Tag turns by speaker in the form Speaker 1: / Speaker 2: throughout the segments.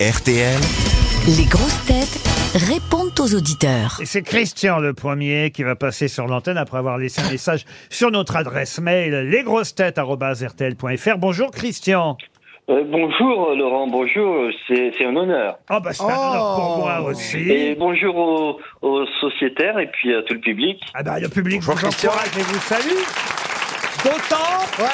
Speaker 1: RTL.
Speaker 2: Les grosses têtes répondent aux auditeurs.
Speaker 3: Et c'est Christian le premier qui va passer sur l'antenne après avoir laissé un message sur notre adresse mail lesgrossetêtes.rtl.fr. Bonjour Christian.
Speaker 4: Euh, bonjour euh, Laurent, bonjour, euh, c'est c'est un honneur.
Speaker 3: Ah bah c'est un honneur pour moi aussi.
Speaker 4: Et bonjour aux, aux sociétaires et puis à tout le public.
Speaker 3: Ah bah le public vous encourage et vous salue. D'autant,
Speaker 5: Ouais.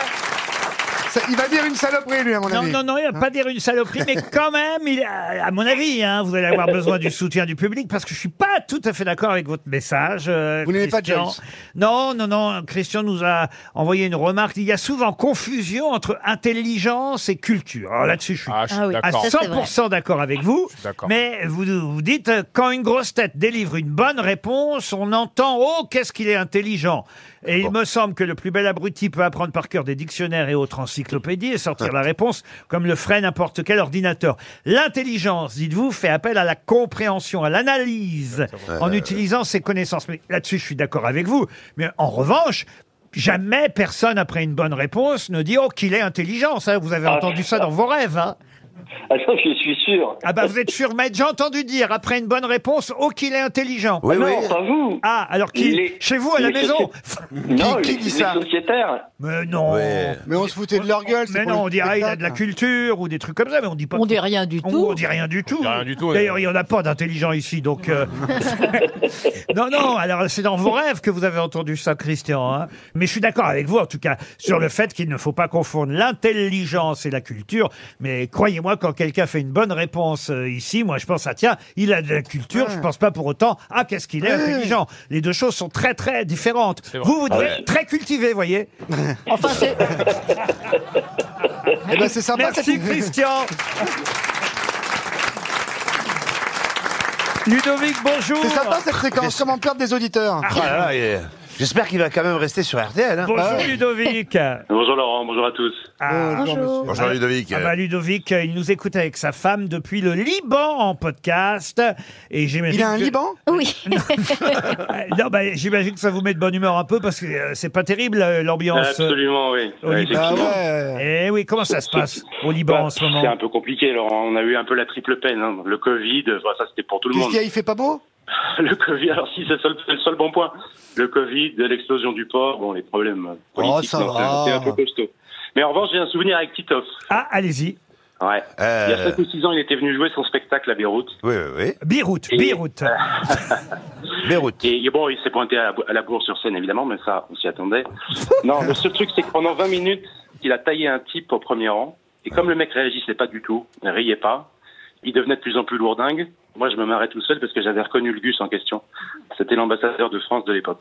Speaker 5: Ça- il va dire une saloperie, lui, à mon
Speaker 3: non,
Speaker 5: avis. Hein
Speaker 3: non, non, il va pas dire une saloperie, mais quand même, il, à à mon avis, hein, vous allez avoir besoin du soutien du public parce que je suis pas tout à fait d'accord avec votre message. euh,
Speaker 5: Vous n'aimez pas
Speaker 3: Christian.
Speaker 5: Joyce
Speaker 3: Non, non, non. Christian nous a envoyé une remarque. Il y a souvent confusion entre intelligence et culture. Alors là-dessus, je suis
Speaker 6: Ah, je suis
Speaker 7: Ah oui.
Speaker 3: à
Speaker 6: d'accord.
Speaker 7: Ça, c'est
Speaker 3: 100% d'accord avec vous.
Speaker 6: d'accord.
Speaker 3: Mais vous vous dites, euh, quand une grosse tête délivre une bonne réponse, on entend « Oh, qu'est-ce qu'il est intelligent !» Et il me semble que le plus bel abruti peut apprendre par cœur des dictionnaires et autres encyclopédies et sortir la réponse comme le ferait n'importe quel ordinateur. L'intelligence, dites-vous, fait appel à la compréhension, à l'analyse, en utilisant ses connaissances. Mais là-dessus, je suis d'accord avec vous. Mais en revanche... Jamais personne, après une bonne réponse, ne dit « Oh, qu'il est intelligent !» Ça, Vous avez
Speaker 4: Ah.
Speaker 3: entendu ça dans vos rêves, hein
Speaker 4: Ah ça, je suis sûr.
Speaker 3: ah bah vous êtes sûr, mais j'ai entendu dire, après une bonne réponse, oh qu'il est intelligent.
Speaker 5: Bah
Speaker 1: Oui,
Speaker 4: non,
Speaker 1: oui.
Speaker 4: pas vous.
Speaker 3: Ah, alors qui
Speaker 4: Les-
Speaker 3: Chez vous, à la
Speaker 4: les
Speaker 3: maison
Speaker 4: non,
Speaker 5: qui
Speaker 4: les,
Speaker 5: dit
Speaker 4: les
Speaker 5: ça
Speaker 4: sociétaires.
Speaker 3: Mais non
Speaker 1: Ouais.
Speaker 5: Mais on se foutait de leur gueule. c'est
Speaker 3: Mais
Speaker 5: pour
Speaker 3: non,
Speaker 5: le
Speaker 3: on dirait il a de la
Speaker 5: spectacle.
Speaker 3: culture ou des trucs comme ça, mais on dit pas...
Speaker 7: On dit rien du
Speaker 3: on-
Speaker 7: tout.
Speaker 3: Oh, on dit rien du tout.
Speaker 6: dit rien du tout,
Speaker 3: D'ailleurs,
Speaker 6: euh.
Speaker 3: il n'y en a pas d'intelligent ici, donc... euh, non, non, alors c'est dans vos rêves que vous avez entendu ça, Christian. hein. Mais je suis d'accord avec vous, en tout cas, sur le fait qu'il ne faut pas confondre l'intelligence et la culture. Mais croyez-moi, quand quelqu'un fait une bonne réponse euh, ici, moi je pense, ah tiens, il a de la culture, je pense pas pour autant, ah qu'est-ce qu'il est intelligent. Les deux choses sont très très différentes.
Speaker 6: vrai. Ah
Speaker 3: Vous, vous devez être très cultivé, voyez.
Speaker 7: Enfin, c'est.
Speaker 5: Eh ben, c'est sympa.
Speaker 3: Merci Christian. Ludovic, bonjour.
Speaker 5: C'est sympa cette séquence. Comment perdre des auditeurs
Speaker 1: Ah là là, il est- J'espère qu'il va quand même rester sur RTL. hein.
Speaker 3: Bonjour
Speaker 5: Bah ouais. Euh,
Speaker 3: Ludovic. Ah,
Speaker 4: Bonjour Laurent, bonjour à tous.
Speaker 5: Bonjour, monsieur.
Speaker 1: Bonjour Ludovic.
Speaker 3: ah bah Ludovic, il nous écoute avec sa femme depuis le Liban en podcast. Et j'imagine
Speaker 5: Il a un
Speaker 3: que-
Speaker 5: Liban
Speaker 7: Oui.
Speaker 3: Ah, Non, bah, j'imagine que ça vous met de bonne humeur un peu parce que euh, c'est pas terrible euh, l'ambiance.
Speaker 4: Absolument, oui.
Speaker 3: Au Liban.
Speaker 5: Ah
Speaker 4: effectivement. Bah,
Speaker 5: ouais.
Speaker 3: Eh oui, comment ça se passe au Liban en ce
Speaker 4: C'est
Speaker 3: moment
Speaker 4: un peu compliqué, Laurent. On a eu un peu la triple peine. hein. Le Covid, enfin, ça c'était pour tout le
Speaker 5: Qu'est-ce
Speaker 4: monde.
Speaker 5: qu'il y a Il fait pas beau
Speaker 4: Le Covid, alors si, c'est le seul- c'est le seul bon point. Le Covid, l'explosion du port, bon, les problèmes politiques,
Speaker 5: Oh, ça
Speaker 4: non,
Speaker 5: va.
Speaker 4: c'est un peu costaud. Mais en revanche, j'ai un souvenir avec Titoff.
Speaker 3: Ah, allez-y.
Speaker 4: Ouais.
Speaker 1: Euh,
Speaker 4: Il y a 7 ou 6 ans, il était venu jouer son spectacle à Beyrouth.
Speaker 1: Oui, oui,
Speaker 3: Beyrouth,
Speaker 4: Et- euh,
Speaker 3: Beyrouth.
Speaker 1: oui. Beyrouth.
Speaker 4: Et bon, il s'est pointé à la, bou- à la bourre sur scène, évidemment, mais ça, on s'y attendait. non, le seul truc, c'est que pendant 20 minutes, il a taillé un type au premier rang. Et comme le mec réagissait pas du tout, ne riait pas, il devenait de plus en plus lourdingue. Moi, je me marrais tout seul parce que j'avais reconnu le Gus en question. C'était l'ambassadeur de France de l'époque.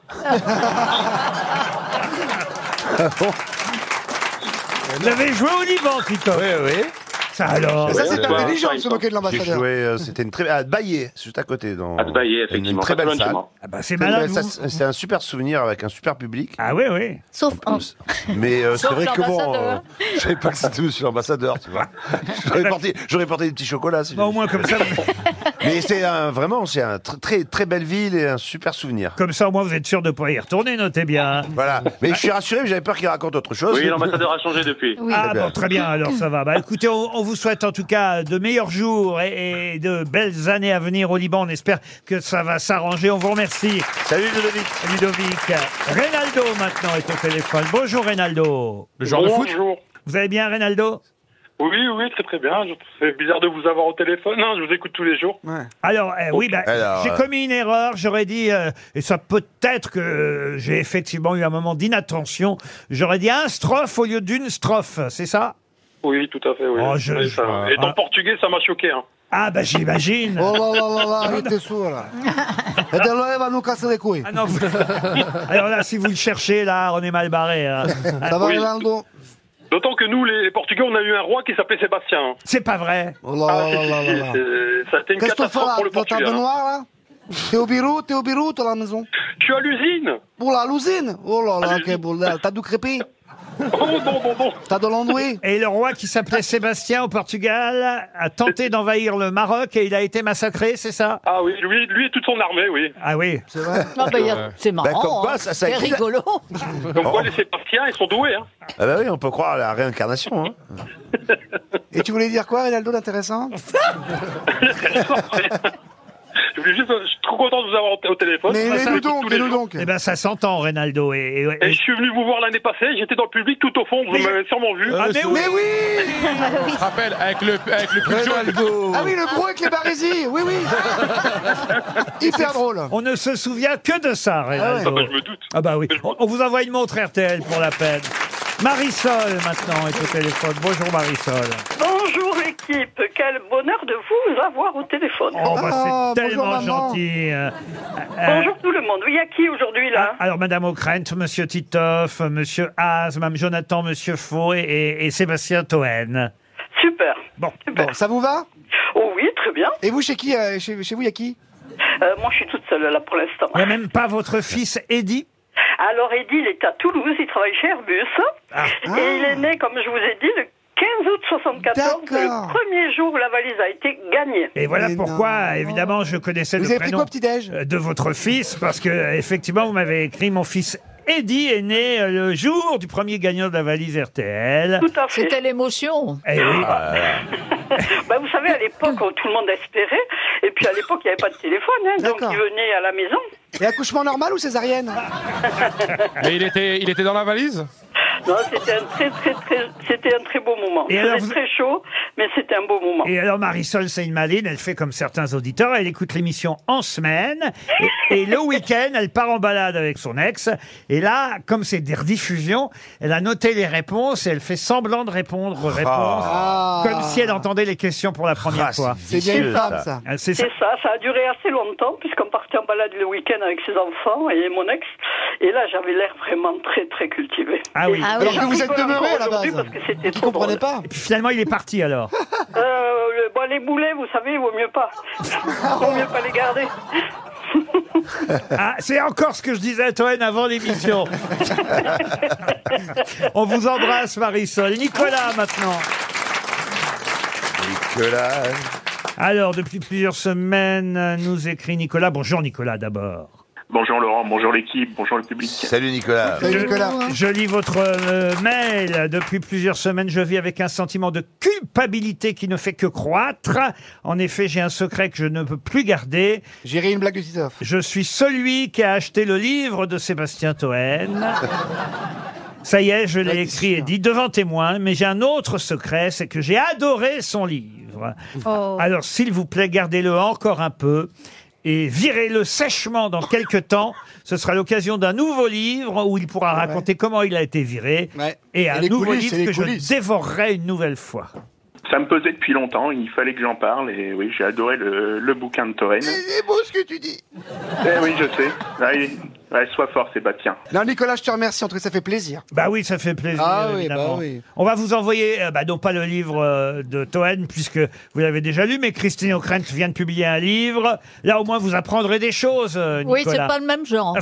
Speaker 3: Vous avez joué au Liban, Tito.
Speaker 1: Oui, oui.
Speaker 3: Ça alors.
Speaker 5: Mais Bah, Ça,
Speaker 4: ouais,
Speaker 5: c'est
Speaker 4: ouais.
Speaker 5: intelligent de se
Speaker 4: Ouais,
Speaker 5: moquer de
Speaker 1: Ah, bah, J'ai
Speaker 5: l'ambassadeur.
Speaker 1: joué, euh, c'était une très à Baillé, c'est juste à côté dans
Speaker 4: À Dubaï,
Speaker 1: Ah, Une
Speaker 4: Ah, effectivement.
Speaker 1: très
Speaker 4: pas
Speaker 1: belle
Speaker 4: loin de chez
Speaker 1: salle.
Speaker 4: moi.
Speaker 3: Ah bah, c'est
Speaker 1: Très
Speaker 3: malade.
Speaker 1: belle
Speaker 3: vous.
Speaker 1: salle. C'est un super souvenir avec un super public.
Speaker 3: Ah oui, oui.
Speaker 7: Sauf un.
Speaker 1: Plus. Mais euh, c'est
Speaker 7: Sauf
Speaker 1: vrai que bon,
Speaker 7: l'ambassadeur.
Speaker 1: euh, je savais pas que c'était monsieur l'ambassadeur, tu vois. J'aurais porté, j'aurais porté des petits chocolats. si
Speaker 3: Bah, au
Speaker 1: je-
Speaker 3: moins comme ça, vous-
Speaker 1: Mais c'est un- vraiment, c'est un tr- très très belle ville et un super souvenir.
Speaker 3: comme ça au moins vous êtes sûr de pas y retourner, notez bien.
Speaker 1: Voilà. Mais je suis rassuré, mais j'avais peur qu'il raconte autre chose.
Speaker 4: Oui, l'ambassadeur a changé depuis.
Speaker 7: Oui.
Speaker 1: Très
Speaker 3: Ah
Speaker 1: Eh bien.
Speaker 3: bon, très bien, alors ça va. Bah, écoutez, on, on vous souhaite en tout cas de meilleurs jours et, et de belles années à venir au Liban. On espère que ça va s'arranger. On vous remercie,
Speaker 1: Salut Ludovic.
Speaker 3: Ludovic. Reynaldo maintenant est au téléphone. Bonjour Reynaldo.
Speaker 6: Le genre de foot
Speaker 8: Bonjour.
Speaker 3: Vous allez bien Reynaldo
Speaker 8: Oui, oui, très très bien. Je- C'est bizarre de vous avoir au téléphone. hein, je vous écoute tous les jours.
Speaker 3: alors, eh oui, bah,
Speaker 1: Alors,
Speaker 3: j'ai
Speaker 1: euh,
Speaker 3: commis une erreur, j'aurais dit, euh, et ça peut être que euh, j'ai effectivement eu un moment d'inattention, j'aurais dit un strophe au lieu d'une strophe, c'est ça
Speaker 8: Oui, tout à fait. Oui.
Speaker 3: Oh, je-
Speaker 8: Oui, ça va.
Speaker 3: je-
Speaker 8: Et en
Speaker 3: ah.
Speaker 8: portugais, ça m'a choqué. hein.
Speaker 3: Ah bah j'imagine
Speaker 5: Oh, là, là, là, là, arrête tes sourds, là. Et de là, elle va nous casser les couilles.
Speaker 3: Ah non, vous- Alors là, si vous le cherchez, là, on est mal barré. hein.
Speaker 5: Ça va,
Speaker 8: Oui.
Speaker 5: Rinaldo
Speaker 8: D'autant que nous, les Portugais, on a eu un roi qui s'appelait Sébastien. hein.
Speaker 3: C'est pas vrai.
Speaker 5: Oh là
Speaker 8: si,
Speaker 5: là
Speaker 8: si,
Speaker 5: là
Speaker 8: si,
Speaker 5: là là.
Speaker 8: Ah, c'est- ça a été une
Speaker 5: Qu'est-ce que tu fais
Speaker 8: catastrophe
Speaker 5: là
Speaker 8: pour le
Speaker 5: Dans ta
Speaker 8: Portugal. hein.
Speaker 5: baignoire, là T'es au bureau T'es au bureau T'es à la maison
Speaker 8: Je suis à hein. l'usine.
Speaker 5: Oh là, l'usine Oh
Speaker 8: Ah,
Speaker 5: là là,
Speaker 8: l'usine.
Speaker 5: quel bordel T'as du crépi
Speaker 8: Oh non, non, non
Speaker 5: T'as de l'andouille
Speaker 3: Et le roi qui s'appelait Sébastien au Portugal a tenté d'envahir le Maroc et il a été massacré, c'est ça
Speaker 8: Ah oui, lui, lui et toute son armée, oui.
Speaker 3: Ah oui.
Speaker 5: C'est vrai
Speaker 6: Non, bah, il y a- c'est marrant.
Speaker 1: Bah, comme quoi,
Speaker 6: hein.
Speaker 1: ça- ça a
Speaker 6: c'est
Speaker 1: été-
Speaker 6: rigolo.
Speaker 8: Donc quoi, les Sébastiens, ils sont doués. Hein.
Speaker 1: Ah bah oui, on peut croire à la réincarnation. Hein.
Speaker 5: Et tu voulais dire quoi, Rinaldo, d'intéressant
Speaker 8: Je, voulais juste- je suis trop content de vous avoir au, au téléphone.
Speaker 5: Mais
Speaker 8: Je vous
Speaker 5: aidez-nous
Speaker 8: écoute
Speaker 5: donc,
Speaker 8: tous les
Speaker 5: aidez-nous
Speaker 8: jours.
Speaker 5: donc.
Speaker 3: Eh ben ça s'entend, Reynaldo. Et, et-
Speaker 8: Et
Speaker 3: et-
Speaker 8: je suis venu vous voir l'année passée, j'étais dans le public tout au fond, vous
Speaker 3: Mais-
Speaker 8: m'avez sûrement vu.
Speaker 5: Euh.
Speaker 3: Ah, mais oui,
Speaker 5: Mais oui
Speaker 7: Je te rappelle, avec le, avec le plus jaune.
Speaker 5: Ah oui, le pro avec les barésies Oui, oui Hyper drôle
Speaker 3: On ne se souvient que de ça, Reynaldo.
Speaker 8: Ah bah, je me doute.
Speaker 3: Ah bah oui. On, on vous envoie une montre RTL pour la peine. Marisol maintenant est au téléphone. Bonjour Marisol.
Speaker 9: Bonjour l'équipe, quel bonheur de vous avoir au téléphone.
Speaker 3: Oh, bah, c'est
Speaker 5: Ah, bonjour,
Speaker 3: tellement
Speaker 5: maman.
Speaker 3: gentil. euh.
Speaker 9: Bonjour tout le monde. Il y a qui aujourd'hui là
Speaker 3: Ah, Alors, Madame O'Krent, Monsieur Titoff, Monsieur Haas, Mme Jonathan, Monsieur Faux et, et- et Sébastien Toen.
Speaker 9: Super.
Speaker 3: Bon,
Speaker 9: Super.
Speaker 5: Bon, ça vous va
Speaker 9: Oh oui, très bien.
Speaker 5: Et vous, chez qui euh, chez, chez vous, il y a qui
Speaker 9: Euh, moi je suis toute seule là pour l'instant.
Speaker 3: il n'y a même pas votre fils Eddy
Speaker 9: Alors Eddy, il est à Toulouse, il travaille chez Airbus.
Speaker 3: Ah.
Speaker 9: Et il est né, comme je vous ai dit, le 15 août 74,
Speaker 5: D'accord.
Speaker 9: le premier jour où la valise a été gagnée.
Speaker 3: Et voilà
Speaker 5: Mais
Speaker 3: pourquoi,
Speaker 5: non.
Speaker 3: évidemment, je connaissais
Speaker 5: Vous
Speaker 3: le
Speaker 5: avez pris
Speaker 3: prénom
Speaker 5: quoi, petit-déj
Speaker 3: de votre fils, parce que, effectivement, vous m'avez écrit mon fils Eddy est né euh, le jour du premier gagnant de la valise RTL.
Speaker 9: Tout à fait.
Speaker 6: C'était l'émotion.
Speaker 3: Eh oui.
Speaker 9: Ben, vous savez, à l'époque, tout le monde espérait. Et puis à l'époque, il n'y avait pas de téléphone. hein, donc
Speaker 5: D'accord.
Speaker 9: il venait à la maison.
Speaker 5: Et accouchement normal ou césarienne
Speaker 7: Mais il était, il était dans la valise
Speaker 9: Non, c'était un très, très, très, c'était un très beau moment.
Speaker 3: Et alors,
Speaker 9: C'était
Speaker 3: vous-
Speaker 9: très chaud, mais c'était un beau moment.
Speaker 3: Et alors Marisol Seymaline, elle fait comme certains auditeurs, elle écoute l'émission en semaine et, et le week-end, elle part en balade avec son ex. Et là, comme c'est des rediffusions, elle a noté les réponses et elle fait semblant de répondre aux réponses,
Speaker 5: Ah.
Speaker 3: comme si elle entendait les questions pour la première
Speaker 1: Ah,
Speaker 3: fois.
Speaker 5: C'est bien une
Speaker 1: vicieux,
Speaker 5: femme, ça.
Speaker 3: Ah, C'est ça.
Speaker 9: C'est ça, ça a duré assez longtemps, puisqu'on partait en balade le week-end avec ses enfants et mon ex. Et là, j'avais l'air vraiment très, très cultivé.
Speaker 3: Ah oui.
Speaker 6: Ah oui.
Speaker 5: Alors que vous êtes demeuré à la base.
Speaker 9: Parce que c'était
Speaker 5: Vous
Speaker 9: trop
Speaker 5: comprenez
Speaker 9: drôle.
Speaker 5: pas
Speaker 3: Et puis finalement, il est parti alors.
Speaker 9: Euh, le- bon, les boulets, vous savez, il vaut mieux pas. Il vaut mieux pas les garder.
Speaker 3: Ah, c'est encore ce que je disais à Toen avant l'émission. On vous embrasse, Marisol. Nicolas maintenant.
Speaker 1: Nicolas.
Speaker 3: Alors, depuis plusieurs semaines, nous écrit Nicolas. Bonjour Nicolas d'abord.
Speaker 8: Bonjour Laurent, bonjour l'équipe, bonjour le public.
Speaker 1: Salut Nicolas.
Speaker 5: Salut, Nicolas.
Speaker 9: hein.
Speaker 3: Je lis votre euh, mail. Depuis plusieurs semaines, je vis avec un sentiment de culpabilité qui ne fait que croître. En effet, j'ai un secret que je ne peux plus garder.
Speaker 5: J'ai ri une blague de Titoff.
Speaker 3: Je suis celui qui a acheté le livre de Sébastien Toen. Ça y est, je l'ai écrit et dit devant témoin, mais j'ai un autre secret, c'est que j'ai adoré son livre. Alors, s'il vous plaît, gardez-le encore un peu et virez-le sèchement dans quelques temps. Ce sera l'occasion d'un nouveau livre où il pourra raconter comment il a été viré
Speaker 5: Ouais.
Speaker 3: et
Speaker 5: Et
Speaker 3: un
Speaker 5: les
Speaker 3: nouveau
Speaker 5: coulisses,
Speaker 3: livre
Speaker 5: et les
Speaker 3: que
Speaker 5: coulisses.
Speaker 3: je dévorerai une nouvelle fois.
Speaker 8: Ça me pesait depuis longtemps, il fallait que j'en parle, et oui, j'ai adoré le, le bouquin de Torren.
Speaker 5: C'est beau ce que tu dis.
Speaker 8: Eh oui, je sais. Allez, ouais, sois fort Sébastien.
Speaker 5: Non, Nicolas, je te remercie. En tout cas, ça fait plaisir.
Speaker 3: Bah oui, ça fait plaisir.
Speaker 5: Ah oui,
Speaker 3: évidemment.
Speaker 5: bah oui.
Speaker 3: On va vous envoyer, euh, bah, non pas le livre euh, de Toen, puisque vous l'avez déjà lu, mais Christine O'Krent vient de publier un livre. Là, au moins, vous apprendrez des choses, euh,
Speaker 6: Oui, c'est
Speaker 3: Nicolas.
Speaker 6: pas le même genre.